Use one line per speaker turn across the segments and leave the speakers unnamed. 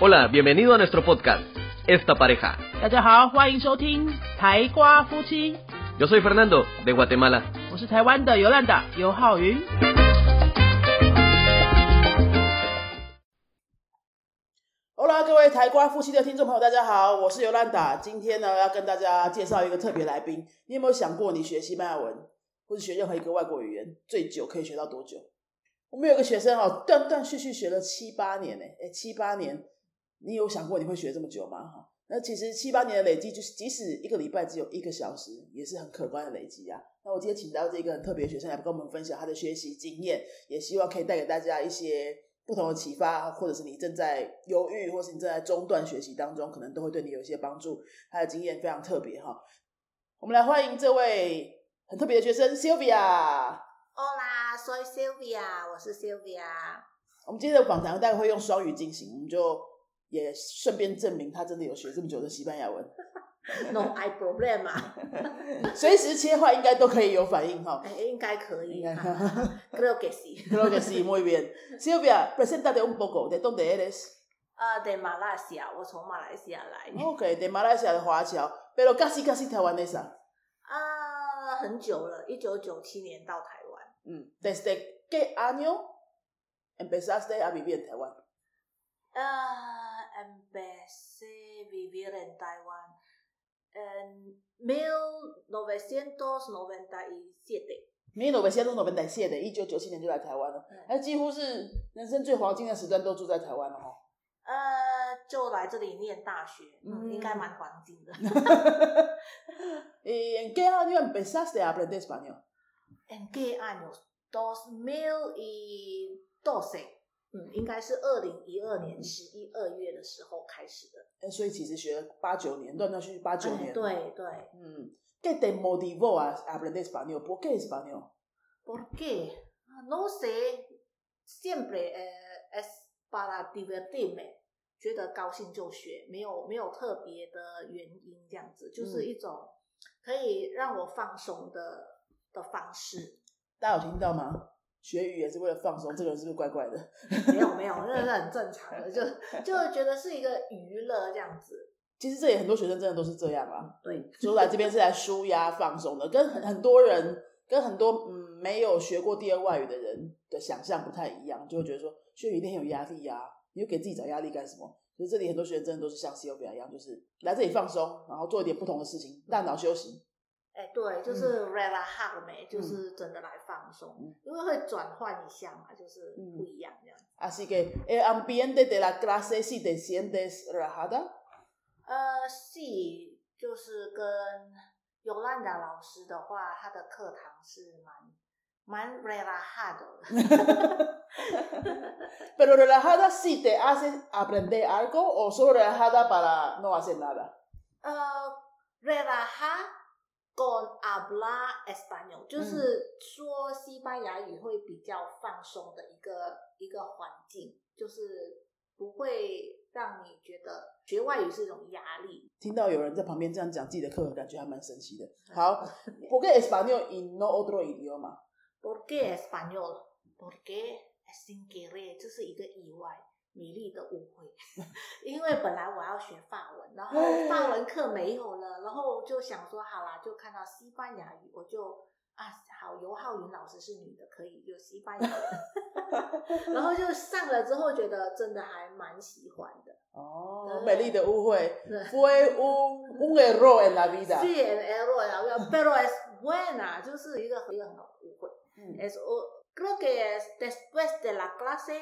Hola, bienvenido a nuestro podcast, Esta Pareja.
大家好，欢迎收听《台瓜夫妻》，
Yo soy Fernando, de Guatemala.
我是台湾的尤兰达尤浩云。Hola，各位台瓜夫妻的听众朋友，大家好，我是尤兰达。今天呢，要跟大家介绍一个特别来宾。你有没有想过，你学西班牙文或者学任何一个外国语言，最久可以学到多久？我们有个学生哦，断断续续学了七八年呢，哎，七八年，你有想过你会学这么久吗？哈，那其实七八年的累积，就是即使一个礼拜只有一个小时，也是很可观的累积啊。那我今天请到这个很特别的学生来跟我们分享他的学习经验，也希望可以带给大家一些不同的启发，或者是你正在犹豫，或是你正在中断学习当中，可能都会对你有一些帮助。他的经验非常特别哈。我们来欢迎这位很特别的学生 Sylvia。
Hola, soy Silvia，我是 Silvia。
我们今天的访谈大概会用双语进行，我们就也顺便证明他真的有学这么久的西班牙文，
No hay problema，
随时切换应该都可以有反应哈。
哎应该可以
应该
啊，creo que sí。
Creo que sí, muy bien. Silvia, preséntate un poco. ¿De dónde eres?
呃，de Malasia，我从马来西亚来。
Ok, de Malasia 的华侨，pero casi casi taiwanesa.
啊，很久了，一九九七年到台湾。
嗯，desde qué año empezaste a vivir en Taiwán?
呃，empecé vivir en Taiwan en 1997。
1997，一九九七年就来台湾了
嗯，
那几乎是人生最黄金的时段都住在台湾了哈。
呃，就来这里念大学，
嗯
嗯，应该蛮黄金的。
¿Y en qué año empezaste a aprender español?
¿En qué años? 2012，嗯，应该是二零一二
嗯
年十一二月的时候开始的。
呃所以其实学了八九年，断断续续八九
哎
年。
对对
嗯，¿qué te motivó a a 啊 aprender español? ¿Por qué español?
，¿por qué? 啊 No sé. Siempre, eh, es para divertirme. 觉得高兴就学，没有没有特别的原因，这样子
嗯
就是一种可以让我放松的的方式。
大家有听到吗？学语言是为了放松，这个人是不是怪怪的？
没有没有，那是很正常的，就就觉得是一个娱乐这样 子。
其实这也很多学生真的都是这样啊啦，
对，
就来这边是来舒压放松的，跟很很多人，跟很多嗯没有学过第二外语的人的想象不太一样，就会觉得说学语一定很有压力呀、你又给自己找压力干什么？其实这里很多学生真的都是像 c o b 一样，就是来这里放松，然后做一点不同的事情，大脑休息。
哎、对，就是 relax 没、就是真的来放松，
嗯
因为会转换一下嘛，就是不一样这样。
Así que el ambiente de la clase si te sientes relajada,
呃，戏就是跟尤兰达老师的话，他的课堂是蛮蛮 relax 的。
pero relajada si te hace aprender algo o solo relajada para no hacer nada.
呃，relax con hablar español，就是说西班牙语会比较放松的一个一个环境，就是不会让你觉得学外语是一种压力。
听到有人在旁边这样讲自己的课，感觉还蛮神奇的。
嗯
好，¿por qué español y no otro idioma?
¿Por qué español? ¿Por qué es sin querer？这是一个意外，美丽的误会。 因为本来我要学法文，然后法文课没有了，然后就想说好啦，就看到西班牙语，我就啊好，尤浩云老师是女的，可以有西班牙文。 然后就上了之后，觉得真的还蛮喜欢的。
哦，
对
美丽的误会
对
，fue un un error en la vida。
Sí, el error, el- 哎 pero es buena，就是一个一个很好的误会。
嗯
Es, o- creo que es después de la clase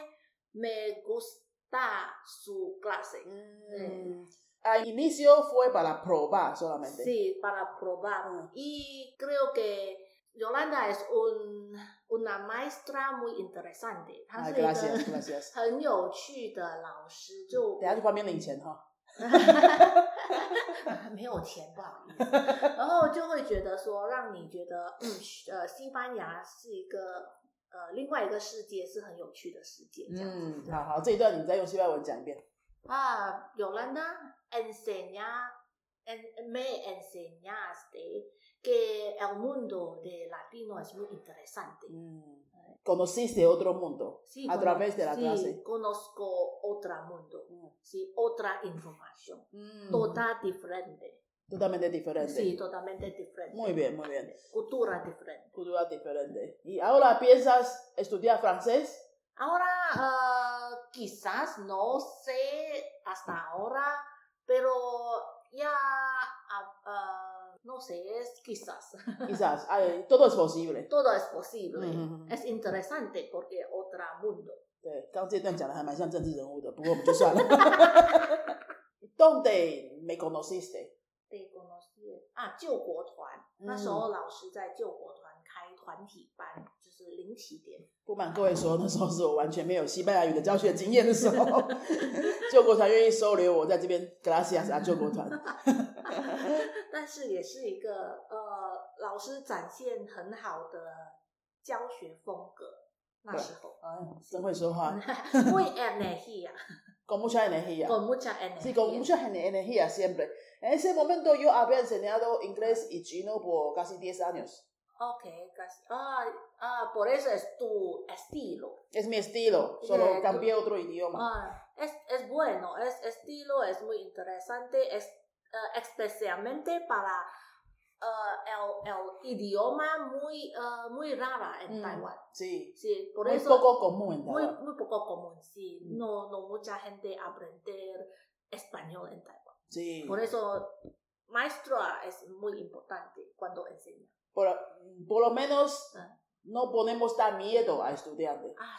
me gusta su clase.
嗯，al inicio fue para probar solamente。
Sí, para probar.
Ah.
Y creo que Yolanda es un, una maestra muy interesante. 她
啊
是一个
，gracias 啊 gracias。
很有趣的 老师，就
等下去旁边领钱哈。
没有钱，不好意思。然后就会觉得说，让你觉得，嗯，呃，西班牙是一个呃另外一个世界，是很有趣的世界，这样子。
嗯，好好，这一段你再用西班牙文讲一遍。
Ah, Yolanda enseña en- me enseñaste que el mundo de latino es muy interesante.
Mm.
嗯
Conociste otro mundo
Sí,
a
cono-
través de la
sí,
clase.
conozco otro mundo,
Mm.
sí, otra información,
Mm.
嗯 total diferente.
Totalmente diferente.
Sí, totalmente diferente.
Muy bien, muy bien.
Cultura diferente.
Cultura diferente. ¿Y ahora piensas estudiar francés?
Ahora, ah, quizás no sé hasta ahora, pero ya, ah, ah, no sé, es quizás.
Quizás. Ay, todo es posible.
Todo es posible.
Ujú.
Es interesante porque otro mundo.
对，刚这段讲的还蛮像政治人物的，不过我们就算 了。Donde me conociste？
对，我老师啊，救国团、那时候老师在救国团开团体班，就是零起点。
不瞒各位说，那时候是我完全没有西班牙语的教学经验的 时候，救国团愿意收留我在这边 Gracias 啊，救国团。
但是也是一个呃，老师展现很好的教学风格。那时候啊
哎，真会说 话。
muy energía,
Con mucha energía.
con mucha 啊 energía.
Sí, con mucha gene- energía siempre. En ese momento yo había enseñado inglés y chino por casi 10 años.
Okay, casi. Ah, ah, por eso es tu estilo.
Es mi estilo, solo
Ya,
cambié otro idioma.
Ah, es, es bueno, es estilo, es muy interesante, es eh, especialmente para eh, el, el idioma muy, eh, muy rara en
Mm.
Taiwán.
Sí,
Sí, Ah, por
muy
eso
poco común Mm. en
muy,
Taiwán.
muy poco común. Sí, no, no mucha gente aprender español en Taiwán.
Sí,
Por eso maestra es muy importante cuando enseña.
por, por lo menos
Ah.
no ponemos tan miedo a estudiantes.
Ah,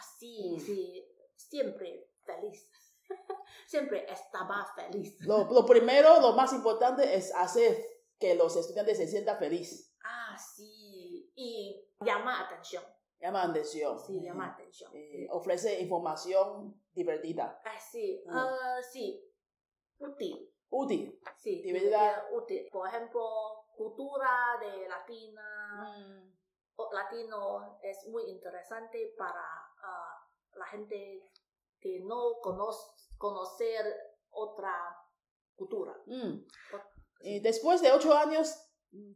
Mm.
sí, sí, siempre feliz. siempre estaba feliz.
Lo, lo primero, lo más importante es hacer que los estudiantes se sientan felices.
Ah, sí, y llama atención.
Llama atención.
Sí, llama atención.
Eh, ofrece información divertida,
Ah, sí,
Mm.
ah, sí, útil.
útil.
Sí,
Divertida.
útil. Por ejemplo, cultura de latina o latino es muy interesante para ah, la gente que no conoce conocer otra cultura.
Mm. Y después de ocho años,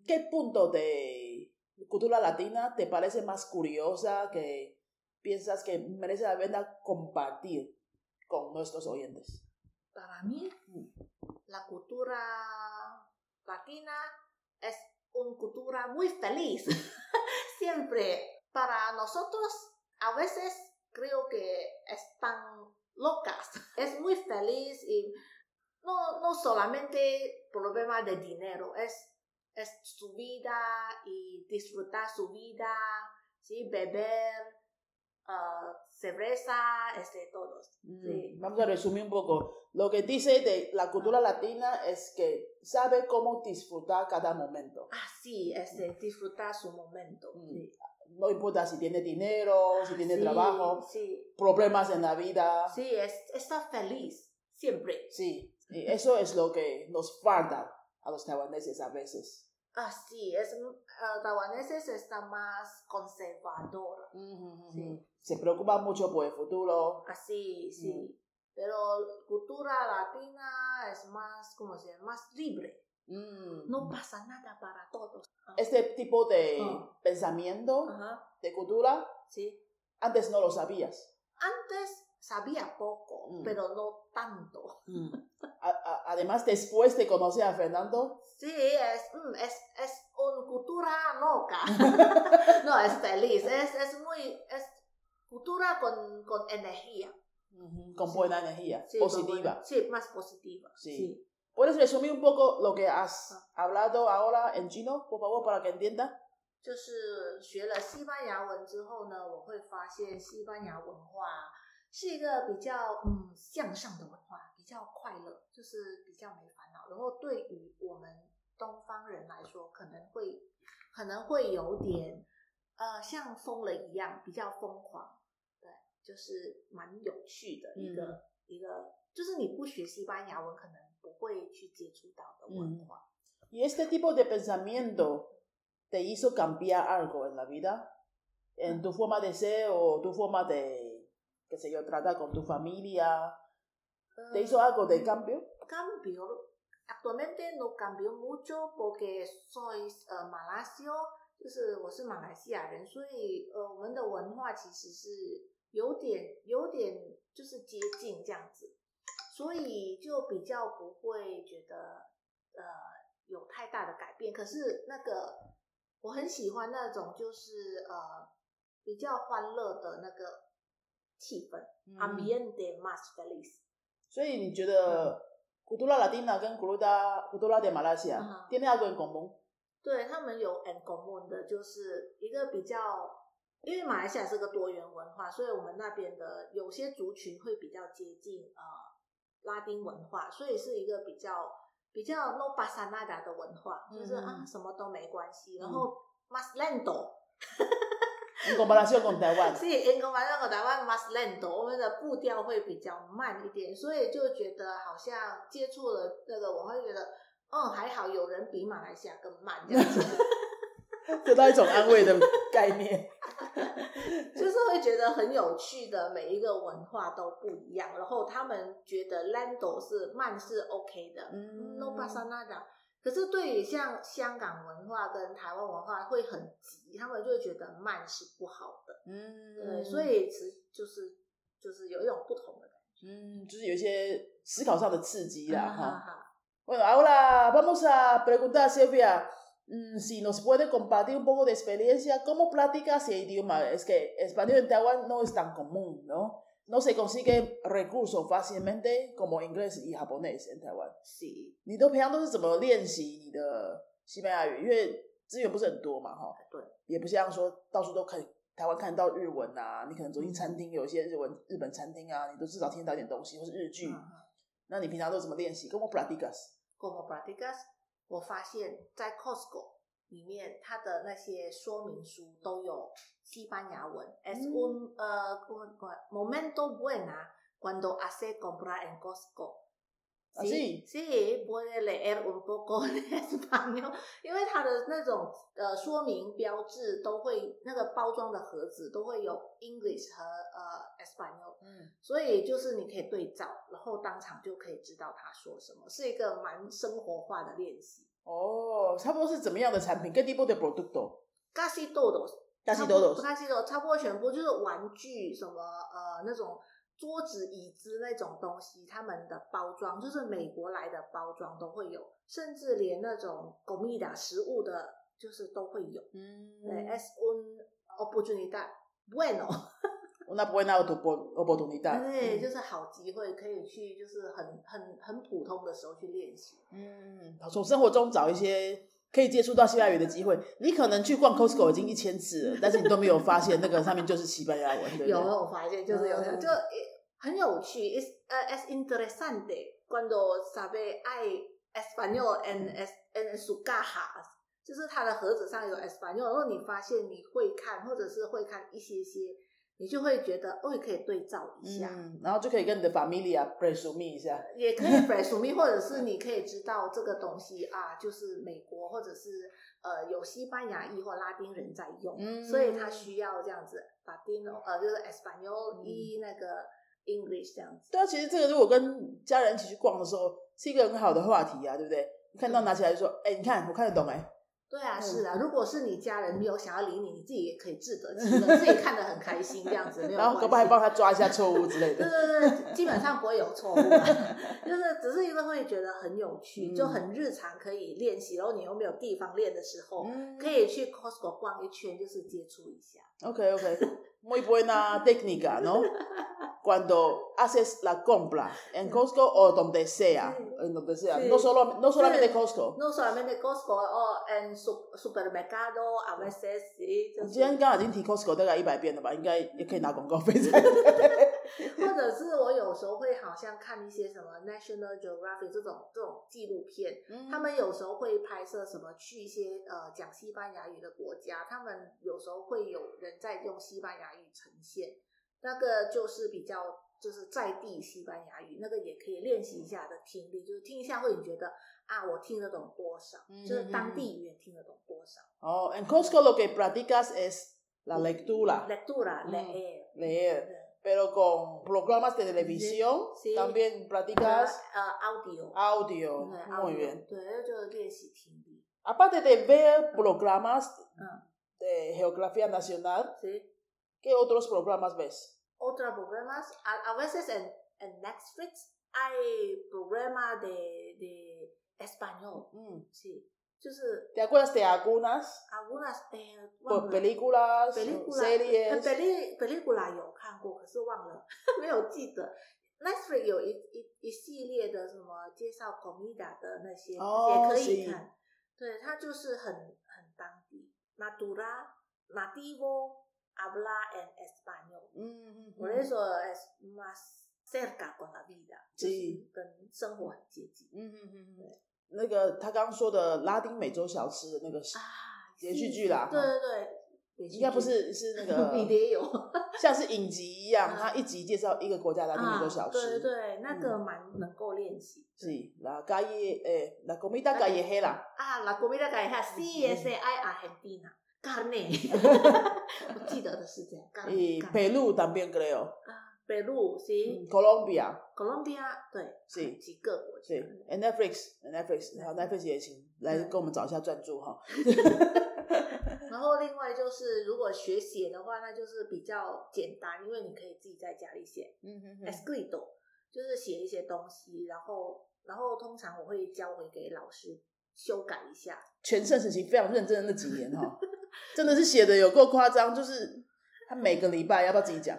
¿qué punto de cultura latina te parece más curiosa que piensas que merece la pena compartir con nuestros oyentes?
para mí la cultura latina es una cultura muy feliz. Siempre para nosotros a veces creo que están locas. Es muy feliz y no, no solamente problema de dinero, es, es su vida y disfrutar su vida, ¿sí? beber. ah, cerveza, este, todos. Sí.
Mm, Vamos a resumir un poco. Lo que dice de la cultura latina es que sabe cómo disfrutar cada momento.
Ah, sí, este, disfrutar su momento.
Mm.
Sí.
No importa si tiene dinero, si tiene
Sí,
trabajo,
Sí,
problemas en la vida.
sí, es, está feliz siempre.
Sí, y eso es lo que nos falta a los taiwaneses a veces.
Ah, sí, es, ah, taiwaneses está más conservador.
Sí. Se preocupa mucho por el futuro.
Así, sí.
Mm.
Pero cultura latina es más, ¿cómo se llama? Más libre. No pasa nada para todos.
Mm. Este tipo de
Ah.
pensamiento,
Ajá,
de cultura,
sí.
antes no lo sabías.
Antes sabía poco,
Mm.
pero no tanto.
A- a- además, después de conocer a Fernando,
Sí, es, mm, es, es una cultura loca. no, es feliz, es, es muy, es cultura con, con energía.
con
Sí.
buena energía,
Sí, con
positiva.
buena- Sí, más positiva.
Sí.
sí.
¿Puedes resumir un poco lo que has
Ah.
hablado ahora en chino, por favor, para que entienda?
就是学了西班牙文之后呢，我会发现西班牙文化是一个比较嗯向上的文化，比较快乐，就是比较没烦恼。然后对于我们东方人来说，可能会可能会有点呃像疯了一样，比较疯狂。对，就是蛮有趣的一个、
嗯
一个，就是你不学西班牙文，可能不会去接触到的文化。
¿Y este tipo de pensamiento te hizo cambiar algo en la vida?
Ah.
¿En tu forma de ser o tu forma de, qué sé yo, tratar con tu familia? ¿Te hizo algo de
Mm.
cambio?
cambio Actualmente no cambió mucho porque soy呃马来西亚，就是我是马来西亚人，所以呃我们的文化其实是有点有点就是接近这样子，所以就比较不会觉得呃有太大的改变。可是那个我很喜欢那种就是呃比较欢乐的那个气氛、
嗯
a m b i e n t e más feliz。
所以你觉得古都拉拉丁娜啊跟古鲁达古都拉点马来西亚
嗯，
天天要跟拱蒙，
对他们有 and common 的，就是一个比较，因为马来西亚是个多元文化，所以我们那边的有些族群会比较接近呃拉丁文化，所以是一个比较比较 no pasanada 的文化，就是、
嗯
啊什么都没关系，
嗯
然后 mas lento
你拱马来西亚拱台 湾，
是英国玩那个台湾 mas lento，我们的步调会比较慢一点，所以就觉得好像接触了那个，我会觉得。嗯，还好有人比马来西亚更慢这样子。
得到一种安慰的概 念。
就是会觉得很有趣的，每一个文化都不一样。然后他们觉得 Lando 是慢是 OK 的、
嗯
n o p a s a n a d a 可是对于像香港文化跟台湾文化会很急，他们就会觉得慢是不好的。
嗯
对，所以其实就是就是有一种不同的感
嗯，就是有一些思考上的刺激
觉。啊
啦
嗯哈哈
啊哈。
哈
Bueno, ahora vamos a preguntar a Silvia mm, si nos puede compartir un poco de experiencia, cómo platica ese idioma. Es que español en Taiwán no es tan común, ¿no? No se consigue recursos fácilmente como inglés y japonés en Taiwán.
是，
你都平常都是怎么练习你的西班牙语？因为资源不是很多嘛，哈。
对，
也不像说到处都可以，台湾看到日文啊，你可能走进餐厅有一些日文日本餐厅啊，你都至少听得到一点东西，或是日剧。
嗯
那你平常都怎么练习？Como platicas？
como prácticas，我发现在 Costco 里面，它的那些说明书都有西班牙文。Es un 呃，cu- cu- momento buena cuando hace comprar en Costco。
Ah, sí.
sí, puede leer un poco de español，因为它的那种呃说明标志都会，那个包装的盒子都会有 English 和呃 español。
嗯，
所以就是你可以对照，然后当场就可以知道他说什么，是一个蛮生活化的练习。
哦，差不多是怎么样的产品？跟 tipo de producto？
Casi todos，
但是都有
casi todos，差不多全部就是玩具什么呃那种桌子、椅子那种东西，他们的包装就是美国来的包装都会有，甚至连那种 comida 食物的，就是都会有。
嗯
对，es 哎 un oportunidad bueno。
那不会拿 oportun oportunidad？
对，就是是好机会，可以去就是很很很普通的时候去练习。
嗯，从生活中找一些。可以接触到西班牙语的机会，呃嗯你可能去逛 Costco 已经一千次了，但是你都没有发现那个上面就是西班牙文，对不对？
有我发现就是有，
嗯
就诶很有趣。Es 呃 es interesante cuando sabe hay español en es en su caja，就是它的盒子上有 español，然后你发现你会看，或者是会看一些些，你就会觉得哦，也可以对照一下。
嗯，然后就可以跟你的 familia presumir 一下。
也可以 f r e s h m e 或者是你可以知道这个东西啊，就是美国或者是呃有西班牙裔或拉丁人在用，
嗯
所以他需要这样子把 i n o 呃就是 Espanol 一、那个 English 这样子。
对啊，其实这个如果跟家人一起去逛的时候，是一个很好的话题啊，对不对？你看到拿起来就说，哎、你看我看得懂哎、
对啊，
嗯
是啊，如果是你家人没有想要理你，你自己也可以自得其乐，自己看得很开心这样子，没有
然后
关
搞不好还
系。
帮他抓一下错误之类
对
的。
对对，基本上不会有错误啊， 就是只是因为会觉得很有趣，
嗯
就很日常可以练习，然后你又没有地方练的时候，
嗯
可以去 Costco 逛一圈，就是接触一下。
OK OK。Muy buena técnica, ¿no? Cuando haces la compra en Costco o donde sea,
Sí.
en donde sea,
Sí.
no solo no solamente
Sí.
Costco.
No solamente Costco o en su- supermercado a veces，sí，
我
就
今天
是
刚好已经提 Costco 大概一百遍了吧，应该也可以拿 广告费 才对。
或者是我有时候会好像看一些什么 National Geographic 这种这种纪录片，他们有时候会拍摄什么去一些呃讲西班牙语的国家，他们有时候会有人在用西班牙语呈现，那个就是比较就是在地西班牙语，那个也可以练习一下的听力，就是听一下会你觉得啊，我听得懂多少，
嗯
就是当地语言听得懂多少。
哦、en Costco lo que practicas es la lectura,
lectura
嗯
leer
leer. pero con programas de televisión,
Sí.
también practicas
Ah, ah, audio.
啊 audio.
Ujú,
Muy
audio
bien.
对，就是练习听力。
Aparte de ver programas
Ah.
de geografía nacional,
Sí.
¿qué otros programas ves?
Otro programa, a, a veces en, en Netflix hay programa de, de español.
Mm.
Sí.就是
¿Te acuerdas de algunas?
algunas eh,
Pues
忘了
películas,
película
series.
呃 peli- película 有看过，可是忘了， 没有记得。Netflix 有一一一系列的什么介绍 comida 的那些、
哦
也可以
是
看，对，它就是很很当地。Natura, nativo, habla en español、
Mm, mm,
por
mm.
eso es más 哎 cerca con la vida，就是
是
跟生活很接近
嗯嗯嗯嗯，mm, 那个他刚刚说的拉丁美洲小吃的那个是，
啊。
连续剧啦
对
哈
对对，连续
应该不
剧
是是那 个
你的也有。
像是影集一样，
啊
他一集介绍一个国家拉丁美洲小吃。
对对，那个
嗯
蛮能够练习。
是，la calle，诶，la comida callejera，
啊，la comida callejera sí
嗯
es de ahí Argentina carne，我记得的是这样。
y
carne，carne
Perú también creo，
啊，Peru
嗯
行
，Colombia，
，Colombia 对，
是
几个国家
对。诶，Netflix，Netflix，然后 Netflix 也行，来
嗯
跟我们找一下赞助哈。
然后另外就是，如果学写的话，那就是比较简单，因为你可以自己在家里写
嗯嗯
escrito，就是写一些东西，然后然后通常我会交回给老师修改一下。
全盛时期非常认真的那几年哈，真的是写的有够夸张，就是他每个礼拜要不要自己讲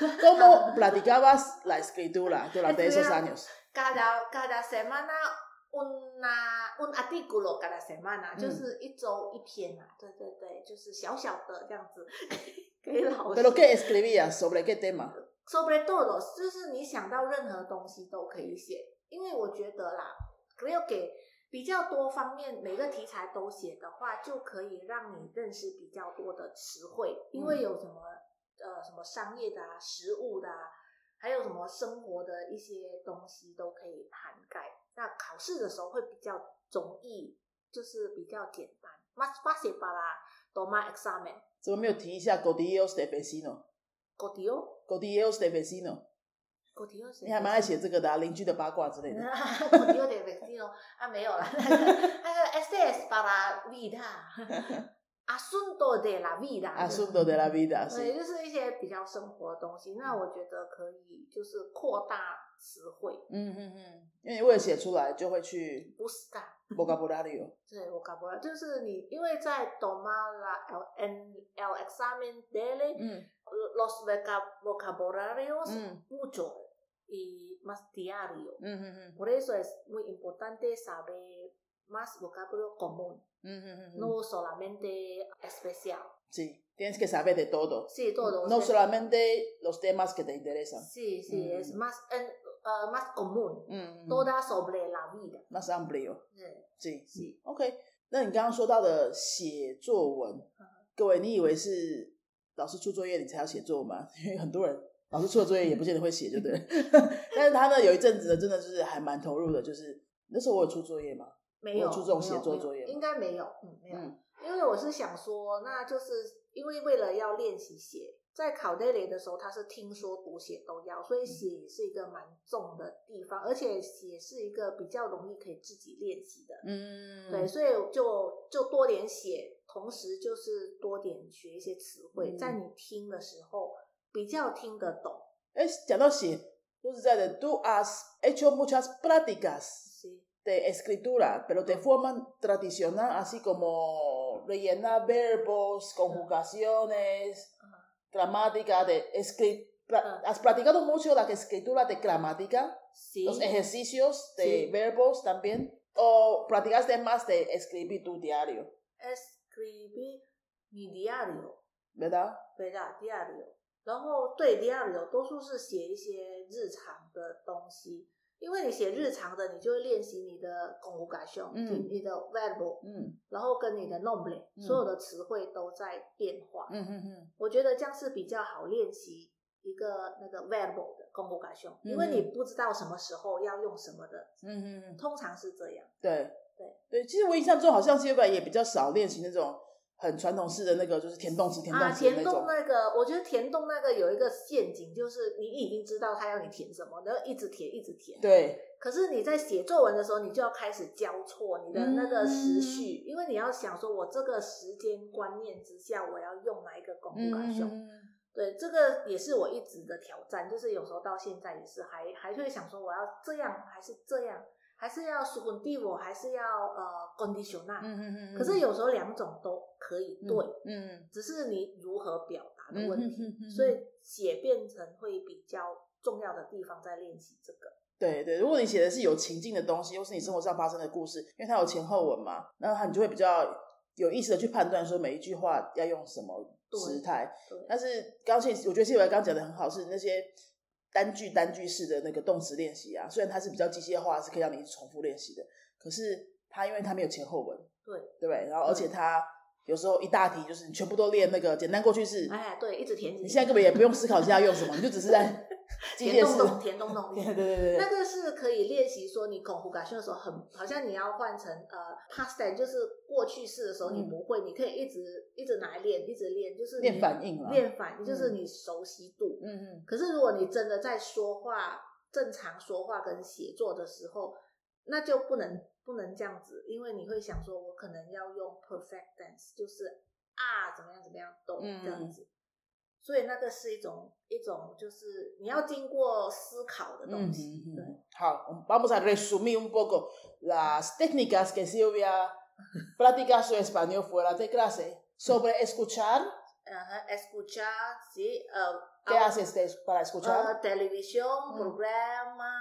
？Como platicabas la escritura durante esos años？
cada cada semana una un artículo cada semana，、
嗯
就是一周一篇啊，对对对，就是小小的这样子 给老师。
Pero qué escribías sobre qué tema？
sobre todo 就是你想到任何东西都可以写，因为我觉得啦，只有给比较多方面每个题材都写的话，就可以让你认识比较多的词汇，因为有什么呃什么商业的啊、食物的啊，还有什么生活的一些东西都可以涵盖。那考试的时候会比较容易，就是比较简单。más fácil para tomar examen.
怎么没有提一下 Godillos de vecino？Godillos
Cotio,
de vecino，
cotio
你还蛮爱写这个的、啊，邻居的八卦之 类的。
啊 Contigo de vecino 啊，没有了。那个那个 este es para vida asunto de la vida
Asunto de la vida，
对，
是
就是一些比较生活的东西。那我觉得可以就是扩大词汇
嗯嗯嗯，因为你为了写出来，就会去
b u s c a
vocabulario。
对我搞不了，就是你因为在 tomar la el en el examen daily
嗯
los voca- vocabularios
嗯
mucho y más diario
嗯嗯嗯
por eso es muy importante saber más vocabulario común
嗯 嗯嗯，
no solamente especial.
是，tienes que saber de todo。
Sí, todo.
No
o sea,
solamente los temas que te interesan.
Sí, sí,
Mm.
es más, en- eh, más común.
Mm, mm,
Toda sobre la vida.
Más amplio.
Sí,
Sí.
sí.
OK，那你刚刚说到的写作文，
啊
各位，你以为是老师出作业你才要写作文吗？ 因为很多人老师出了作业也不见得会写，就 对了。 但是他呢，有一阵子呢，真的就是还蛮投入的，就是那时候我有出作业嘛，
没有
有出这种
没有
写作
没有
作业吗
应该没有，嗯，没有。
嗯
因为我是想说，那就是因为为了要练习写，在考 daily 的时候，它是听说读写都要，所以写
嗯
也是一个蛮重的地方，而且写是一个比较容易可以自己练习的。
嗯
对，所以就就多点写，同时就是多点学一些词汇，
嗯
在你听的时候比较听得懂。
哎，讲到写，说实在的，tú has hecho muchas prácticas de escritura, pero de forma tradicional, así como rellenar verbos, conjugaciones,
Ajá.
gramática, de escri- pra-
Ajá.
¿Has practicado mucho la escritura de gramática?
Sí.
Los ejercicios de
Sí.
verbos también. ¿O practicaste más de escribir tu diario?
Escribí mi diario,
¿Verdad?
¿verdad? Diario. 然后对 diario 多数是写一些日常的东西，因为你写日常的，你就会练习你的 conjugation，、
嗯
你的 verb，
Mm,
然后跟你的 nombre，、
嗯
所有的词汇都在变化。
mm, mm, mm.
我觉得这样是比较好练习一个那个 verbal 的公共感受，因为你不知道什么时候要用什么的，
嗯嗯嗯
通常是这样。
对
对
对，其实我印象中好像现在也比较少练习那种很传统式的那个，就是填动词、填
啊，
动词的那
填洞
种。
那个，我觉得填洞那个有一个陷阱，就是你已经知道他要你填什么，然后一直填，一直填。。
对，
可是你在写作文的时候，你就要开始交错你的那个时
嗯
序，因为你要想说，我这个时间观念之下，我要用哪一个功夫
嗯
感胸。对，这个也是我一直的挑战，就是有时候到现在也是还还会想说，我要这样还是这样，还是要 s u n d i v 还是要呃 conditiona。
嗯嗯
可是有时候两种都可以对，
嗯
只是你如何表达的
嗯
问题。
嗯
所以写变成会比较重要的地方在练习这个。
对对，如果你写的是有情境的东西，或是你生活上发生的故事，因为它有前后文嘛，然后你就会比较有意识的去判断说每一句话要用什么时态。
对，
但是刚才我觉得谢伟刚讲的很好，是那些单句单句式的那个动词练习啊，虽然它是比较机械化，是可以让你一直重复练习的，可是它因为它没有前后文，
对
对不对？然后而且它有时候一大题就是你全部都练那个简单过去式，
哎，对，一直填
你现在根本也不用思考一下要用什么，你就只是 在记
填
件
洞
事。
洞，填洞
对 对
洞。
对对
那
对，
个是可以练习说你口胡感秀的时候很，好像你要换成呃 past tense，就是过去式的时候你
嗯
不会，你可以一直一直拿来练，一直练，就是
练
你
反应啦
练反应就是
嗯
你熟悉度。
嗯嗯，
可是如果你真的在说话、正常说话跟写作的时候，那就不能不能这样子，因为你会想说，我可能要用 perfect tense，就是啊怎么样怎么样懂
嗯
这样子。所以那个是一种一种，就是你要经过思考的东西。
嗯嗯
对
嗯好我们，vamos a resumir un poco las técnicas que Silvia practica su español fuera de clase sobre escuchar
然后 escuchar sí, 呃
qué haces Mm. de- para escuchar
呃 televisión
嗯
programa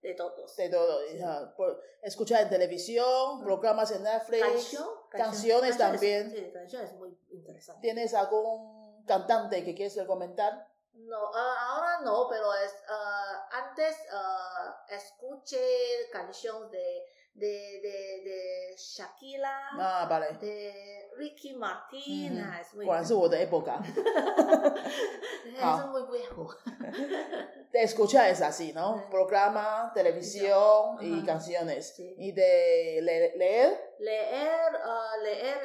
de todos
de todo, ajá, por- escuchar en
Ah.
televisión programas en Netflix
canción
canciones también
sí, canciones muy interesantes
tienes algún cantante que quieres recomendar
No, ah, ahora no, pero es, ah, antes ah, escuché canciones de, de, de, de Shakira,
ah vale
de Ricky Martin,
Ujú.
ah, es muy
果然是我的 época Ah.
es muy viejo.
de escuchar es así no
Ujú.
programa televisión y
Ajá.
canciones
Sí.
y de le- leer
leer, ah, leer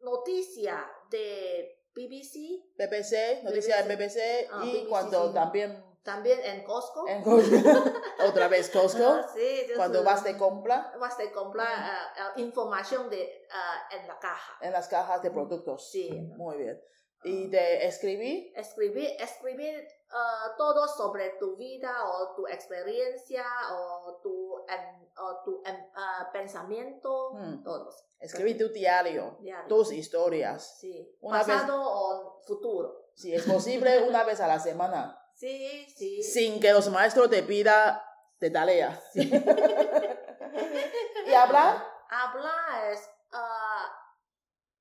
noticias de BBC,
BBC, noticias en BBC
Ah,
y
BBC,
cuando
sí.
también
también en Costco.
en Costco, otra vez Costco,
Ah, sí, yo
cuando
soy-
vas de compra
vas de comprar ah, ah, información de, ah, en la caja.
en las cajas de productos.
Sí. Ah.
Muy bien. Y de escribir,
escribir, escribir uh, todo sobre tu vida o tu experiencia o tu, em- o tu em- uh, pensamiento,
Mm.
todos.
escribir tu diario,
Diario.
tus historias.
Sí.
Una vez-
Pasado o futuro.
Si es posible, una vez a la semana,
Sí, sí.
sin que los maestros te pidan de tarea. ¿Y hablar?
Hablar es... uh,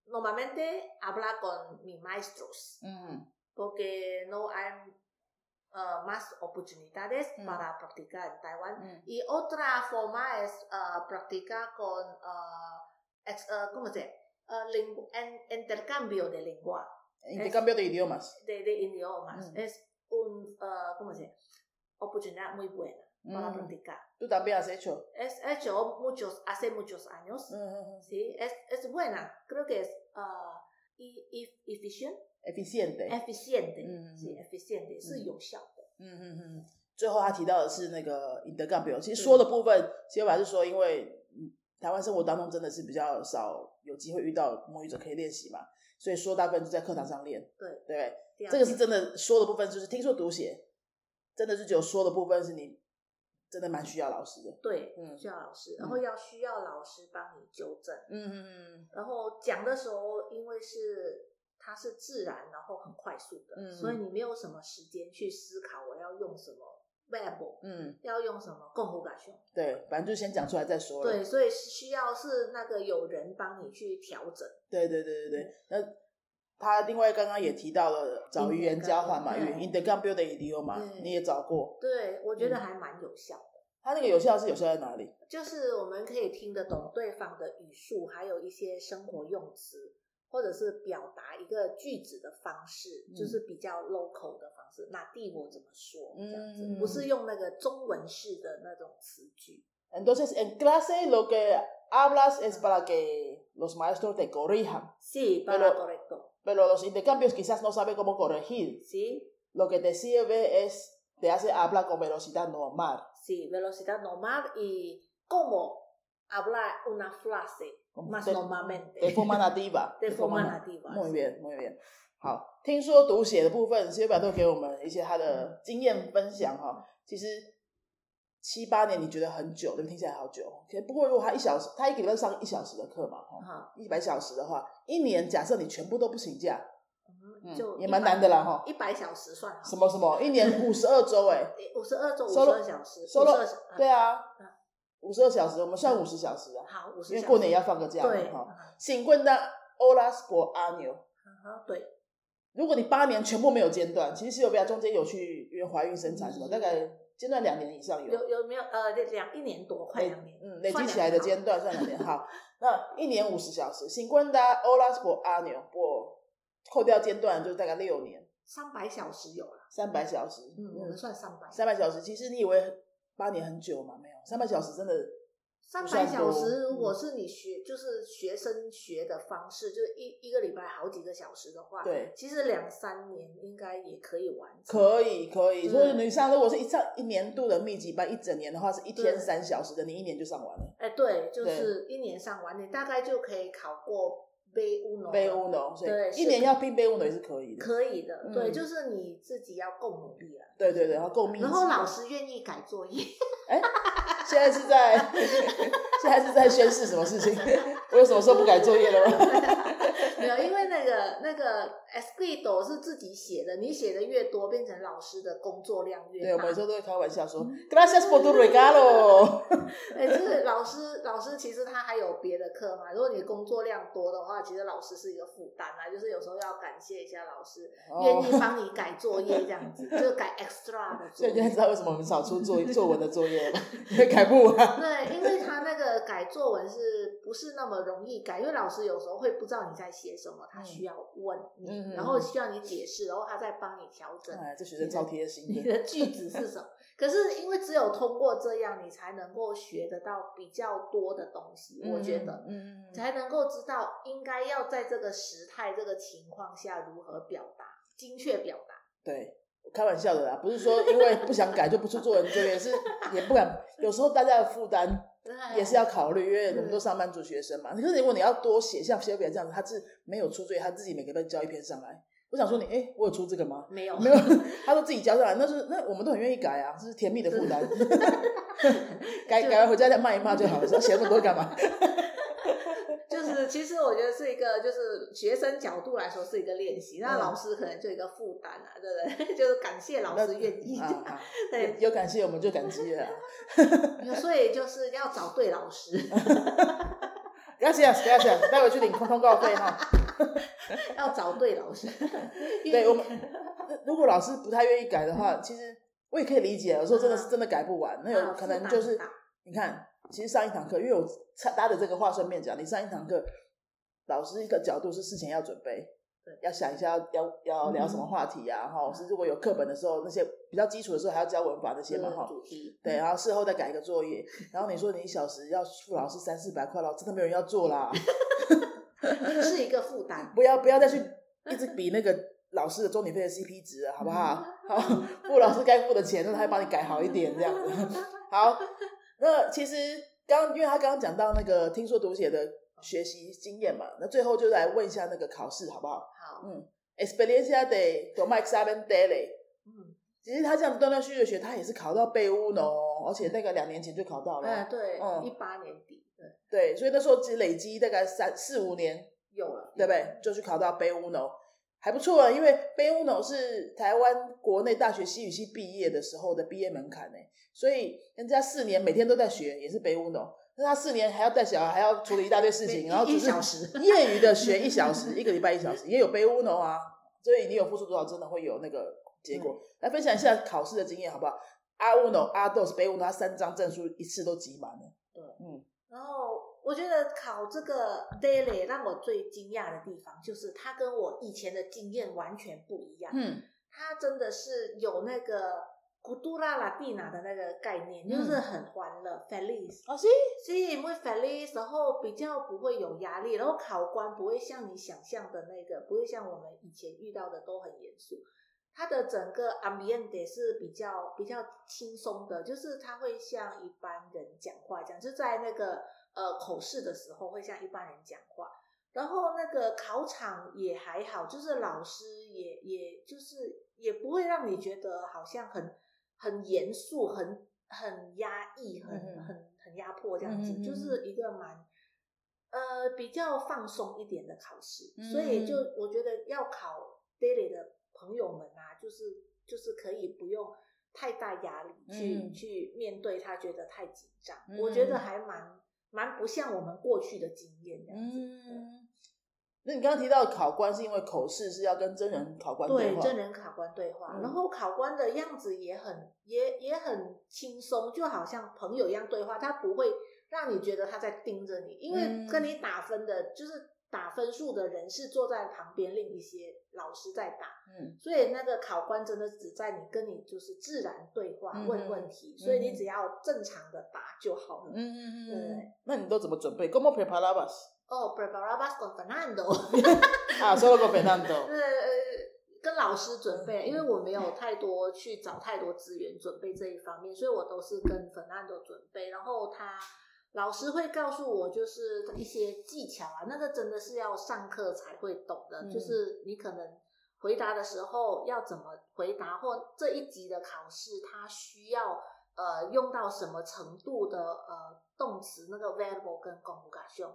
normalmente habla con mis maestros
Mm,
porque no hay uh, más oportunidades
Mm.
para practicar en Taiwán.
mm.
Y otra forma es ah, practicar con, ah, ex- ah, ¿cómo se dice? Ah, lingu- en- intercambio de lengua,
Intercambio de idiomas.
de, de idiomas.
Mm.
Es un, ah, ¿cómo se dice? Oportunidad muy buena para
Mm.
practicar.
Tú también has hecho.
Es hecho muchos, hace muchos años.
Mm,
Sí, es, es buena. Creo que es ah, y, y- eficient-
Eficiente.
eficiente.
Mm.
Sí, eficiente. Es
Mm.
有效的。
嗯嗯嗯，最后他提到的是那个赢得干表，
嗯
其实说的部分，其实还是说，因为嗯台湾生活当中真的是比较少有机会遇到母语者可以练习嘛，所以说大部分就在课堂上练，
对
对不对？
第二
这个
点
是真的说的部分，就是听说读写，真的是只有说的部分是你真的蛮需要老师的，
对，
嗯
需要老师，然后要需要老师帮你纠正。
嗯嗯
然后讲的时候，因为是它是自然，然后很快速的，
嗯
所以你没有什么时间去思考我要用什么 verb，
嗯，
要用什么共同感受。
对，反正就先讲出来再说了，
对，所以是需要是那个有人帮你去调整。
对对对对对，那。他另外刚刚也提到了找语言嗯交换嘛，
Intercambio，
语言 intercambio 的 idioma，
对
你也找过，
对，我觉得
嗯
还蛮有效的，
它那个有效是有效在哪里？
就是我们可以听得懂对方的语速，还有一些生活用词。或者是表达一个句子的方式，
嗯
就是比较 local 的方式，那地我怎么说这样子，
嗯
不是用那个中文式的那种词句。
Entonces, en clase lo que hablas es para que los maestros te corrijan,
Sí, para
Pero-
correcto.
pero los intercambios quizás no saben cómo corregir.
Sí,
Lo que te sirve es, te hace hablar con velocidad normal,
sí, velocidad normal y cómo hablar una frase
Como
más
te-
normalmente.
de forma nativa.
de forma
na-
nativa.
muy bien，muy bien。好，听说读写的部分，谢表都给我们一些他
嗯
的经验分享哈。 其实七八年你觉得很久，对不对？听起来好久。可不过如果他一小时，他一个月上一小时的课嘛，哈，
哈，
一百小时的话，一年假设你全部都不请假，嗯
嗯就
也蛮难的啦哈
一百小时算好
什么什么，一年 五十二周，哎，
五十二周五十
Solo-
二小时，
solo-
52小
对啊
嗯，
五十二小时，我们算五十小时啊，
好，五十
因为
小
过年
时
要放个假
对，
嘛哈。
啊
请问那 olas por año？
哈对，
如果你八年全部没有间断，其实是有比较中间有去因为怀孕生产什么，
嗯
大概间断两年以上有，
有有没有呃两一年多，快两年，
嗯，累积
算
起来的
两年
间断算两年。好，那一年五十小时，cincuenta horas por año，不扣掉间断就是大概六年，
三百小时有了，
三百小时，
嗯，我们，算三百，
三百小时，其实你以为八年很久吗？没有，三百小时真的
三
不
百
算
小
多
时，如果
嗯
是你学就是学生学的方式，就是一一个礼拜好几个小时的话，，
对。
其实两三年应该也可以完成。
可以可以，
嗯
所以你上如果是一上一年度的密集班，一整年的话是一天
对
三小时的，你一年就上完了。
哎，对，就
对
是一年上完，你大概就可以考过杯乌龙，
背乌龙，所
对
以
是
一年要拼背乌龙也是可以的。
可以的，
嗯
对，就是你自己要够努力了。
对对对，然后够密集。
然后老师愿意改作 业，
现在是在现在是在宣誓什么 事情？我有什么时候不改作业了吗？
没有，因为那个那个 s q u i d o 是自己写的，你写的越多，变成老师的工作量越
对，我
大
们。有时候都会开玩笑
嗯
说 “Gracias por tu regalo”。
哎，就是老师老师其实他还有别的课嘛，如果你工作量多的话，其实老师是一个负担啊，就是有时候要感谢一下老师，愿意
哦，
帮你改作业这样子，就改 extra 的
所
作
以现在
业
知。道为什么我们少出作 作文的作业了，因为改不完。
对，因为他那个改作文是不是那么容易改？因为老师有时候会不知道你在写什么，他需要问你，
嗯嗯嗯嗯
然后需要你解释，然后他再帮你调整
哎，这学生超贴心
你
的。
的句子是什么。可是因为只有通过这样，你才能够学得到比较多的东西， 我觉得。
嗯，嗯嗯
才能够知道应该要在这个时态、这个情况下如何表达，精确表达。
对。开玩笑的啦，不是说因为不想改就不出作文作业，是也不敢。有时候大家的负担也是要考虑，因为我们
嗯
都上班族学生嘛。可是如果你要多写，像写表这样子，他是没有出作业，他自己每个都交一篇上来。我想说你，哎、我有出这个吗？
没有
没有，他都自己交上来，那是那我们都很愿意改啊，这是甜蜜的负 担。改改完回家再骂一骂就好了，写那么多干嘛？
就是其实我觉得是一个，就是学生角度来说是一个练习，那
嗯
老师可能就一个负担啊，对不对？ 就是感谢 老师愿意，
啊，啊
对，
有感谢我们就感激了啊。
所以就是要找对老师，
Gracias, gracias，待会去领通告费哈。
要找对老师。愿
对
意
我们，如果老师不太愿意改的话，其实我也可以理解。有时候真的是真的改不完，那有
嗯啊
可能
负担
就是
很大
你看，其实上一堂课，因为我插搭着这个话顺便讲，你上一堂课，老师一个角度是事前要准备
对，
要想一下要要要聊什么话题啊，哈、是如果有课本的时候，那些比较基础的时候还要教文法那些嘛，哈、
这个主题，
对，然后事后再改一个作业，然后你说你一小时要付老师三四百块了，真的没有人要做 啦。
是一个负担。
不要不要再去一直比那个老师的钟点费的 CP 值了，好不好？好，付老师该付的钱，那他会帮你改好一点，这样子。好，那其实刚因为他刚刚讲到那个听说读写的学习经验嘛，那最后就来问一下那个考试好不好
好，
嗯？Experiencia de tomar examen daily。
嗯，
其实他这样断断续续地学，他也是考到贝乌呢哦，而且那个两年前就考到了。
哎，对
嗯，
一八年底，对，
对，所以那时候只累积大概三四五年
有了，
对不对？？就去考到北乌农，还不错啊，因为北乌农是台湾国内大学西语系毕业的时候的毕业门槛呢、所以人家四年每天都在学，也是北乌农。那他四年还要带小孩，还要处理一大堆事情，
一
然后只
一
是
小 时
业余的学一小时，一个礼拜一小时，也有北乌农啊。所以你有付出多少，真的会有那个结
嗯
果。来分享一下考试的经验，好不好？阿乌农、阿豆、北乌农，他三张证书一次都集满了。
对
嗯，
然后我觉得考这个 daily 让我最惊讶的地方，就是它跟我以前的经验完全不一样。
嗯
它真的是有那个 cultura latina 的那个概念，就是很欢乐、f e l i z
啊，是，
sí muy feliz，然后比较不会有压力，然后考官不会像你想象的那个，不会像我们以前遇到的都很严肃。它的整个 ambiente 是比较比较轻松的，就是它会像一般人讲话这样，就在那个呃口试的时候会像一般人讲话。然后那个考场也还好，就是老师也也就是也不会让你觉得好像很很严肃、很很压抑、很
嗯嗯
很很压迫这样
嗯
子，
嗯嗯嗯
就是一个蛮呃比较放松一点的考试。
嗯
所以就我觉得要考 daily 的朋友们啊，就是就是可以不用太大压力去、
嗯
去面对他，觉得太紧张。
嗯
我觉得还蛮蛮不像我们过去的经验这样子。
嗯，那你刚刚提到考官是因为口试是要跟真人考官
对
话，
真人考官对话，
嗯
然后考官的样子也很也也很轻松，就好像朋友一样对话，他不会让你觉得他在盯着你，因为
嗯
跟你打分的，就是打分数的人是坐在旁边另一些老师在打，
嗯
所以那个考官真的只在你跟你就是自然对话、
嗯
问问题，所以你只要正常的答就好了。
嗯嗯
对
嗯，那你都怎么准备？Cómo preparabas？
哦 b r a b a r a b a s con Fernando。
啊，solo con Fernando。
呃，跟老师准备，因为我没
嗯
有太多去找太多资源准备这一方面，所以我都是跟 Fernando 准备，然后他老师会告诉我就是一些技巧啊，那个真的是要上课才会懂的，
嗯
就是你可能。回答的时候要怎么回答，或这一集的考试它需要呃用到什么程度的呃动词那个 verb 跟 conjugation，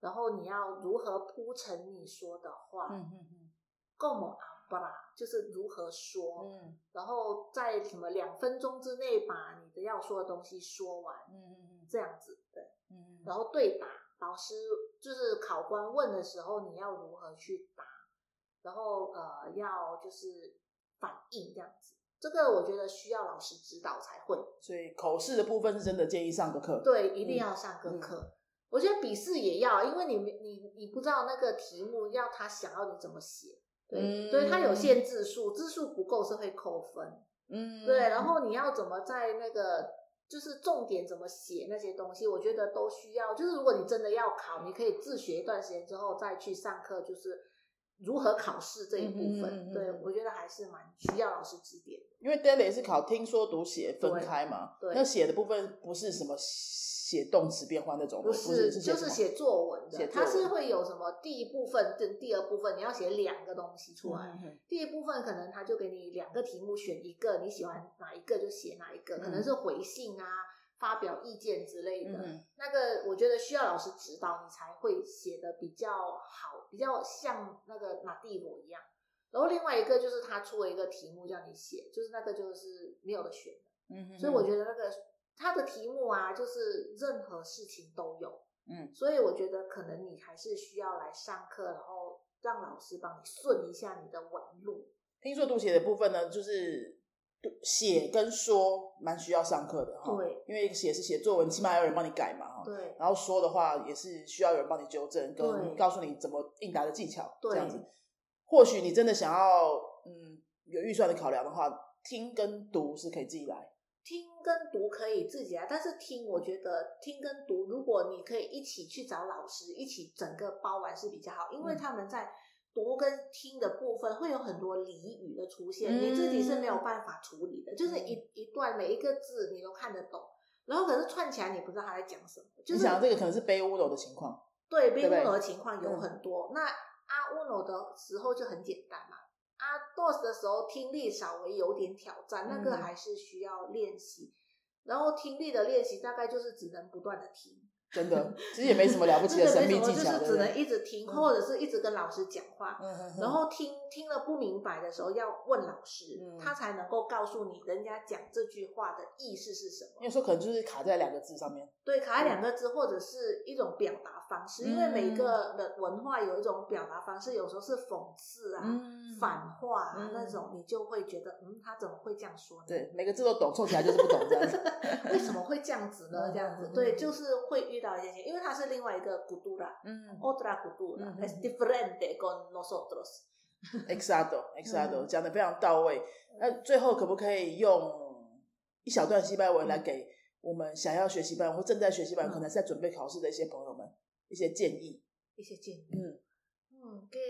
然后你要如何铺陈你说的话，
嗯嗯
como hablar，就是如何说，
嗯
然后在什么两分钟之内把你的要说的东西说完，
嗯
这样子对。
嗯
然后对答，老师就是考官问的时候，你要如何去答，然后呃要就是反应这样子。这个我觉得需要老师指导才会，
所以口试的部分是真的建议上个课。
对，一定要上
嗯
个课。我觉得笔试也要，因为你你你不知道那个题目要他想要你怎么写，对，
嗯
所以它有限字数，字数不够是会扣分，
嗯
对，然后你要怎么在那个就是重点怎么写那些东西，我觉得都需要。就是如果你真的要考，你可以自学一段时间之后再去上课，就是如何考试这一部
嗯
分，
嗯嗯嗯嗯
对我觉得还是蛮需要老师指点的。
因为 daily 是考听说读写分开嘛，
对对
那写的部分不是什么写动词变换那种，
不
是，
是，就是
什么
写作文的
写，作
它
文
是会有什么第一部分跟第二部分，你要写两个东西出来。
嗯嗯
第一部分可能他就给你两个题目选一个，你喜欢哪一个就写哪一个，可能是回信啊、发表意见之类的。
嗯
那个我觉得需要老师指导，你才会写的比较好，比较像那个马蒂罗一样。然后另外一个就是他出了一个题目叫你写，就是那个就是没有的选的，
嗯嗯
所以我觉得那个他的题目啊，就是任何事情都有。
嗯
所以我觉得可能你还是需要来上课，然后让老师帮你顺一下你的纹路。
听说读写的部分呢，就是读写跟说蛮需要上课的哈，
对，
因为写是写作文，起码还有人帮你改嘛哈，
哦对
然后说的话也是需要有人帮你纠正，
对
跟告诉你怎么应答的技巧，
对
这样子。或许你真的想要嗯有预算的考量的话，听跟读是可以自己来。
听跟读可以自己来，但是听我觉得听跟读，如果你可以一起去找老师，一起整个包完是比较好，因为
嗯
他们在读跟听的部分会有很多俚语的出现，
嗯
你自己是没有办法处理的，就是一一段每一个字你都看得懂，然后可是串起来你不知道他在讲什么，就
你
是
想这个可能是背乌龙的情况，
对
对嗯
被
不对
乌的情况有很多。那阿乌诺的时候就很简单嘛，阿 dos 的时候听力稍微有点挑
嗯
战，那个还是需要练习。然后听力的练习大概就是只能不断的听，
真 的其实也没什么了不起的
真的
神
没
秘
什么，
技
就
巧，
是
对
只
不
能
对？
一直听，
嗯
或者是一直跟老师讲话。
嗯嗯嗯
然后听听了不明白的时候，要问老师，
嗯
他才能够告诉你人家讲这句话的意思是什么。
因为说可能就是卡在两个字上面，
对，卡在两
嗯
个字或者是一种表达方式，因为每个的文化有一种表达方式，有时候是讽刺啊、
嗯
反话啊、
嗯
那种，你就会觉得，嗯，他怎么会这样说呢？，
对，每个字都懂，凑起来就是不懂这样子。
为什么会这样子呢？
嗯
这样子
嗯，嗯
对，
嗯
就是会遇到一些，因为它是另外一个 cultura。
嗯
Otra cultura
嗯嗯
es diferente con nosotros。
Exacto, exacto，
嗯
讲的非常到位。那最后可不可以用一小段西班牙文来给我们想要学西班牙文或正在学西班牙文，可能是在准备考试的一些朋友们一些建议。
一些建议。
嗯
Mm, que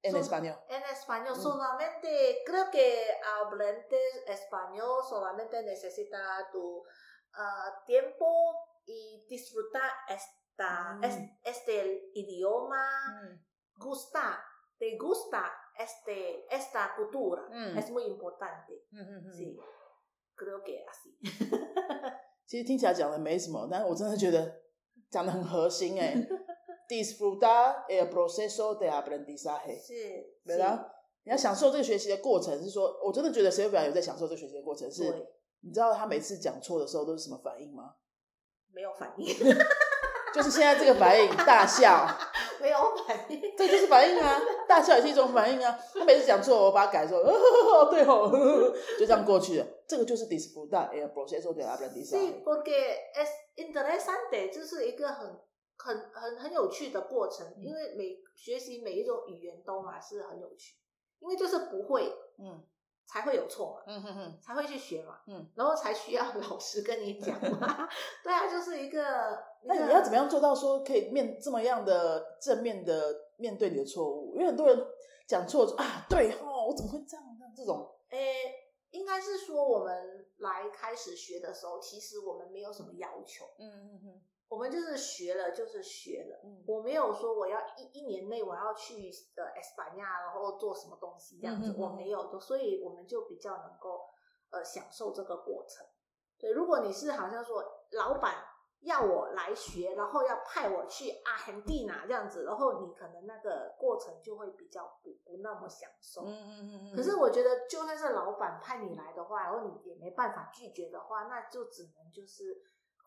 ，en
So-
español。
en español
Mm.
solamente, creo que hablantes español solamente necesita tu ah, tiempo y disfrutar esta,
Mm.
es- este idioma,
嗯
gusta, te gusta este, esta cultura,
Mm.
es muy importante.
嗯嗯
Sí, creo que así.
其实听起来讲的没什么，但是我真的觉得讲的很核心 哎、disfrutar el proceso de aprendizaje。
Sí,
¿Verdad? 你要享受这个学习的过程，是说我真的觉得 Sylvia 有在享受这个学习的过程。
sí,
是，你知道他每次讲错的时候都是什么反应吗？
对，没有反应，没有反应。
就是现在这个反应，大笑，这就是反应啊，大笑也是一种反应啊。他每次讲错，我把它改说，哦，对哦， 就这样过去了。这个就是 disfrutar 哎 el proceso de
Sí,
aprendizaje。
porque es interesante，这是一个很很很很有趣的过程，
嗯
因为每学习每一种语言都嘛是很有趣，因为就是不会
嗯
才会有错嘛，
嗯哼哼，
才会去学嘛，
嗯，
然后才需要老师跟你讲 嘛，对啊，就是一个
那你要怎么样做到说可以面这么样的正面的面对你的错误？因为很多人讲错说啊，对哦，我怎么会这样呢？这种，
诶，应该是说我们来开始学的时候，其实我们没有什么要求，
嗯嗯嗯
我们就是学了就是学了。
嗯
我没有说我要一一年内我要去呃西班牙，然后做什么东西这样
嗯
子，
嗯嗯
我没有的，所以我们就比较能够呃享受这个过程。对，如果你是好像说老板要我来学，然后要派我去阿肯蒂娜这样子，然后你可能那个过程就会比较不不那么享受。
嗯嗯
可是我觉得，就算是老板派你来的话，然后你也没办法拒绝的话，那就只能就是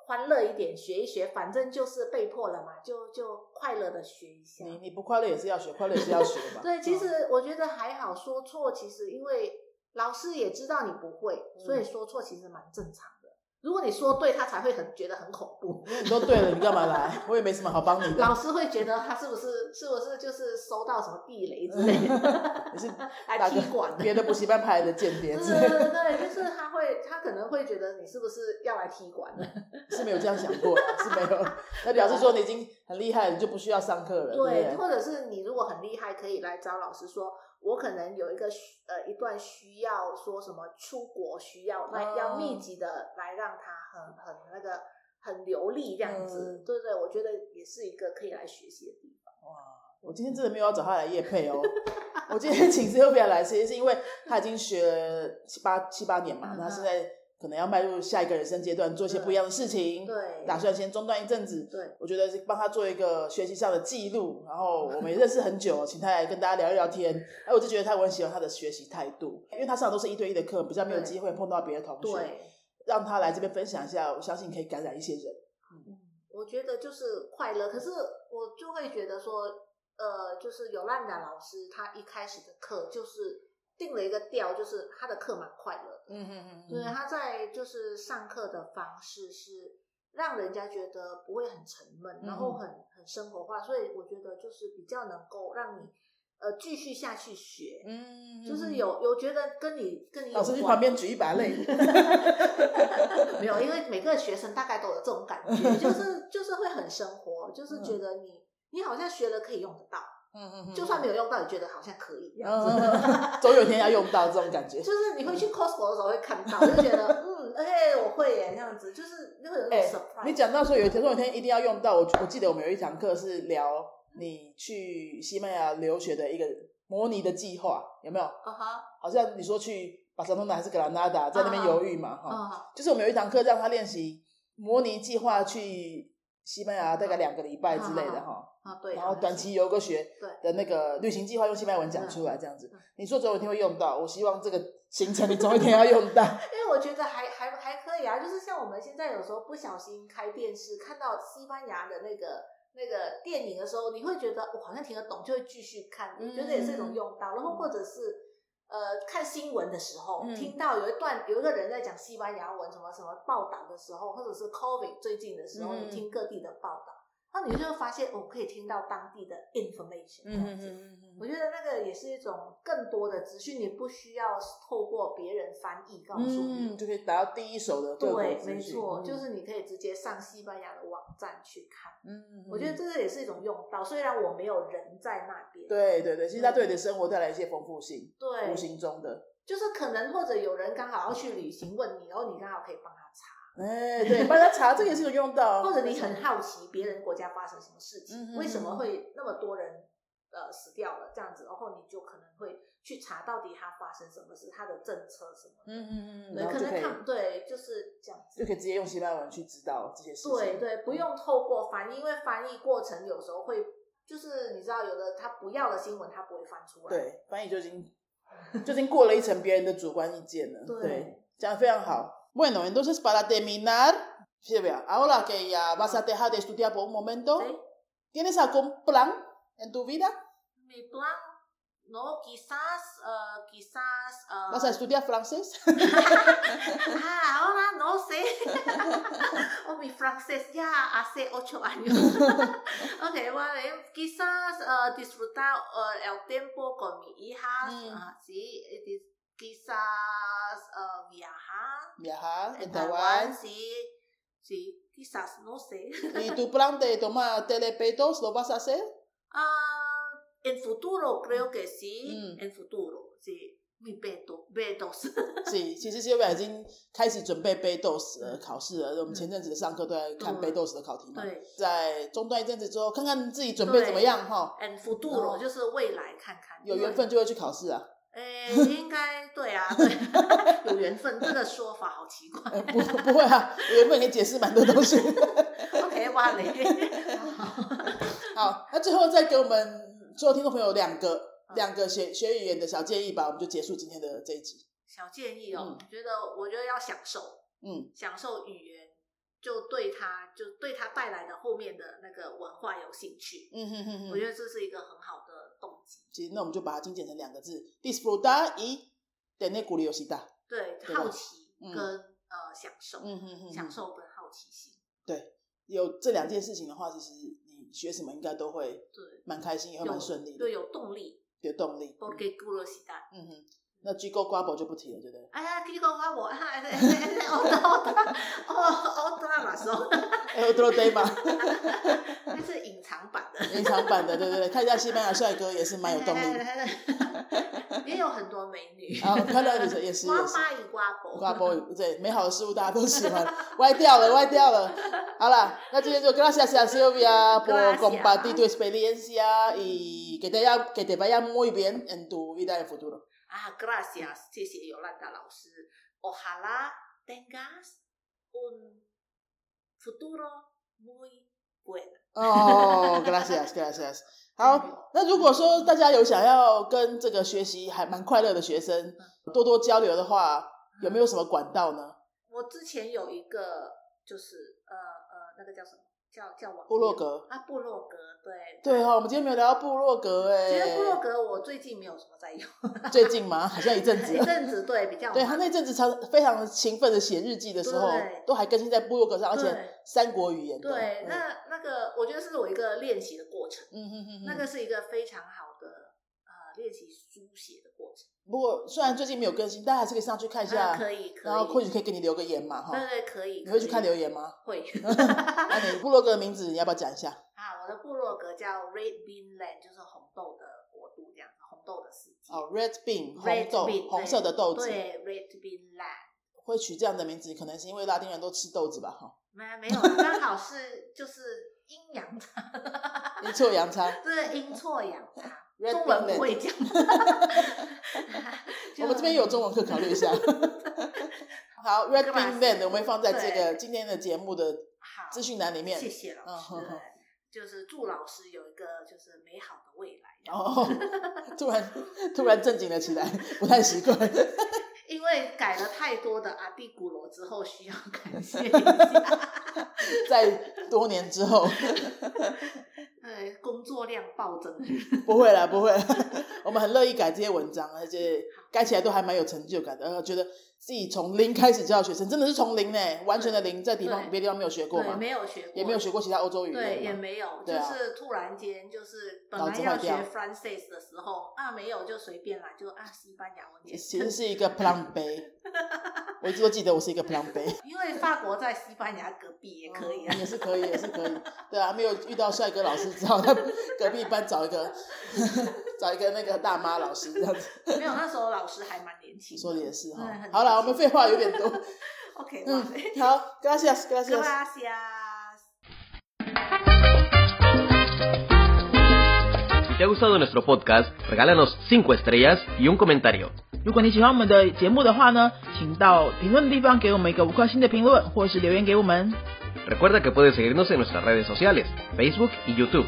欢乐一点，学一学，反正就是被迫了嘛，就就快乐的学一下。
你你不快乐也是要学，快乐也是要学 嘛。啊
对，其实我觉得还好，说错其实因为老师也知道你不会，所以说错其实蛮正常的。如果你说对，他才会很觉得很恐怖，
你都对了，你干嘛来？我也没什么好帮你的。
老师会觉得他是不是是不是就是收到什么地雷之类的，
你是
来
大
踢
哥
馆
别的补习班派来的间谍之类
对对
的，
对，就是他会，他可能会觉得你是不是要来踢馆了？
是没有这样想过啊，是没有。那表示说你已经很厉害了，你就不需要上课了，对不
对，
对？
或者是你如果很厉害，可以来找老师说，我可能有一个需呃一段需要说什么出国需要，那
哦
要密集的来让他很很那个很流利这样子，
嗯
对对，我觉得也是一个可以来学习的地方。
我今天真的没有要找他来夜配哦。我今天请 Sylvia 来，其实是因为他已经学了七八七八年嘛，
嗯
那现在可能要迈入下一个人生阶段，做一些不一样的事情，
对
打算先中断一阵子。
对，
我觉得是帮他做一个学习上的记录，然后我们也认识很久，请他来跟大家聊一聊天。哎，我就觉得他我很喜欢他的学习态度，因为他上的都是一对一的课，比较没有
对
机会碰到别的同学。
对，
让他来这边分享一下，我相信可以感染一些人。
我觉得就是快乐，可是我就会觉得说，呃，就是尤兰达老师他一开始的课就是定了一个调，就是他的课蛮快乐的，
嗯嗯
对，啊他在就是上课的方式是让人家觉得不会很沉闷，
嗯
然后很很生活化，所以我觉得就是比较能够让你呃继续下去学，
嗯
就是有有觉得跟你跟嗯你有嗯
老师去
关
旁边举一把泪。
没有，因为每个学生大概都有这种感 觉，就是就是会很生活，就是觉得你、你好像学了可以用得到，
嗯
就算没有用到，也觉得好像可以 这样子。
嗯，总有一天要用到这种感觉。
就是你会去 Costco 的时候会 看到，就觉得嗯，而且我会耶，这样子，就是会有那
哎
种 surprise。
你讲到说有一天，总有一天一定要用到。我我记得我们有一堂课是聊你去西班牙留学的一个模拟的计划，有没有？
啊哈
好像你说去巴塞罗那还是格兰纳达，在那边犹豫嘛，哈、
啊哈，
就是我们有一堂课让他练习模拟计划去西班牙，大概两个礼拜之类的，哈、
啊对，
然后短期游个学
对
的那个旅行计划用西班牙文讲出来，这样子
嗯。
你说总有一天会用到，我希望这个行程你总有一天要用 到。
因为我觉得还还还可以啊，就是像我们现在有时候不小心开电视看到西班牙的那个那个电影的时候，你会觉得我好像听得懂，就会继续看，我
嗯
觉得也是一种用到。然后或者是呃看新闻的时候，
嗯
听到有一段有一个人在讲西班牙文什么什么报道的时候，或者是 COVID 最近的时候，
嗯
你听各地的报道。然后你就会发现，我可以听到当地的 information，这
嗯
样
嗯
子。
嗯嗯
我觉得那个也是一种更多的资讯，你不需要透过别人翻译告诉你。
嗯，就可以达到第一手的各国
对，
资讯
没错，
嗯
就是你可以直接上西班牙的网站去看。
嗯，嗯
我觉得这个也是一种用到，虽然我没有人在那边。
对对对，其实它对你的生活带来一些丰富性，
对
无，形中的。
就是可能或者有人刚好要去旅行，问你，然后你刚好可以帮他查，
哎，对，帮他查这个也是有用到，啊
或者你很好奇别人国家发生什么事
嗯
情，
嗯嗯嗯
为什么会那么多人呃死掉了这样子，然后你就可能会去查到底他发生什么事，他的政策什么的。
嗯嗯嗯，
对，
然后
可
就
能
可以
看对，就是这样
就
子。
可以嗯直接用西班牙文去知道这些事情。
对对，不用透过翻译，因为翻译过程有时候会，就是你知道，有的他不要的新闻他不会翻出来。
对，翻译就已经 就已经过了一层别人的主观意见了。
对
对，讲的非常好。Bueno, entonces para terminar, Silvia, ahora que ya vas a dejar de estudiar por un momento,
哎
¿tienes algún plan en tu vida?
Mi plan, no, quizás, uh, quizás, uh,
¿Vas a estudiar francés?
ah, ahora no sé. oh, mi francés ya hace ocho años. ok, vale. Quizás uh, disfrutar uh, el tiempo con mis hijas,
Mm.
ah, sí, eh, dis- quizás uh, viajar
Viajar en
en
Taiwán.
Taiwán, sí, sí, quizás, no sé.
¿Y tu plan de tomar telepetos lo vas a hacer?
Ah, en futuro creo que sí,
Mm.
en futuro, sí. Mi veto, vetos.
是，其实 Silvia 已经开始准备背 DOS 的考试了。我们前阵子的上课都在看
嗯
背 DOS 的考题嘛，
对，
在中断一阵子之后，看看自己准备怎么样哈。
and futuro、
哦
就是未来看看，
有 缘分就会去考试啊。
诶，应该对啊，对，有 缘分这个说法好奇怪。
呃不，不会啊， 我原本可以解释蛮多东西。
OK，哇 嘞，
好，那最后再给我们所有听众朋友两个两个学学语言的小建议吧，我们就结束今天的这一集。
小建议哦
嗯，
我觉得我觉得要享受，
嗯，
享受语言，就对它就对它带来的后面的那个文化有兴趣，
嗯哼哼
我
哼。
觉得这是一个很好的动机。
其实那我们就把它精简成两个字：disfrutar y tener curiosidad。
对，
对吧
好奇
嗯
跟呃享受，
嗯哼哼
享
哼。
受跟好奇心，
有这两件事情的话，其实你学什么应该都会
对，
蛮开心，也会
有
蛮顺利的，
对，有动力
有动力。
，porque curiosidad。
嗯哼，那 G Go Guable 就不提了，对不对？
哎呀，这个话我啊，哎哎哎哎，奥特奥特奥奥特拉说，
哎，我 d a y 嘛，
那是隐藏版的，
隐藏版的，对对对，看一下西班牙帅哥也是蛮有动力
哎
的。
的，也有很多美女，
啊漂亮的女生也是
瓜
也是
巴与瓜博，
挂播对美好的事物大家都喜欢， 歪掉了，歪掉了。好了，那今天就 gracias a Silvia por
Gracias.
compartir tu experiencia y que te haya que te vaya muy bien en tu vida en el futuro。
啊，gracias，谢谢尤兰达老师，ojalá tengas un futuro muy bueno，
哦、g r a c i a s gracias。好，那如果说大家有想要跟这个学习还蛮快乐的学生多多交流的话，有没有什么管道呢？
我之前有一个就是呃呃那个叫什么叫叫网
部落
页
格
啊部落格对
对哈、哦，我们今天没有聊到部落格哎、
其实部落格我最近没有什么 在用，
最近嘛，好像一阵子
一
了。
阵子对比较
对他那阵子常非常勤奋的写日记的时候
对，
都还更新在部落格上，而且
对
三国语言的。
对
嗯，
那那个我觉得是我一个练习的过程，
嗯哼哼
那
哼。
个是一个非常好的呃练习书写的过程，
不过虽然最近没有更新，但还是可以上去看一下，
啊可以可以，
然后或许可以给你留个言嘛，
对
哈。
对可以，
你会去
可以
看留言吗？
会
那你部落格的名字你要不要讲一下？
啊，我的部落格叫 Red Bean Land，就是红豆的国度这样，红豆的世界。
哦，Red Bean 红
Red
豆，
bean，
红色的豆子。
对 Red Bean Land。
会取这样的名字，可能是因为拉丁人都吃豆子吧，哈。
没没有啦，刚好是就是阴阳差，
阴错阳差。
就是阴错阳差，
Red
中
bean
文
land
不会讲。
我们这边有中文课，考虑一下。好，Red Bean Land 我们会放在这个
对
今天的节目的
好
资讯栏里面。
谢谢老师。
嗯好好
就是祝老师有一个就是美好的未来，
哦，突然突然正经了起来，不太习惯。
因为改了太多的阿蒂古罗之后，需要感谢一下，
在多年之后，
呃，工作量暴增。
不会了，不会了。我们很乐意改这些文章，而且改起来都还蛮有成就感的，呃，觉得自己从零开始教学生，真的是从零呢，完全的零，在地方
对
别的地方没有学过
对，
嘛，
没有学过，
也没有学过其他欧洲语言嘛，
对，也没有，
对
就
啊
是突然间就是本
脑
来
子
要
坏
学
掉
Francis 的时候啊，没有就随便啦，就啊西班牙文也
其实是一个 plan B。我一直都记得我是一个 plan B，
因为法国在西班牙隔壁也可以啊
嗯。也是可以，也是可以。对啊，没有遇到帅哥老师，只好在 隔壁班找一个 找一个那个大妈老师这样子。
没有，那时候老师还蛮年轻。
说的也是哈
对。很
好了，
年
我们
轻
废话有 点多。
OK，哇
嗯
塞，
好，gracias，gracias。
，Gracias。
Si te ha gustado nuestro podcast, regálanos 5 estrellas y un comentario.
如果你喜欢我们的节目的话呢，请到评论的地方给我们一个五颗星的评论，或是留言给我们。
Recuerda que puedes seguirnos en nuestras redes sociales, Facebook y YouTube.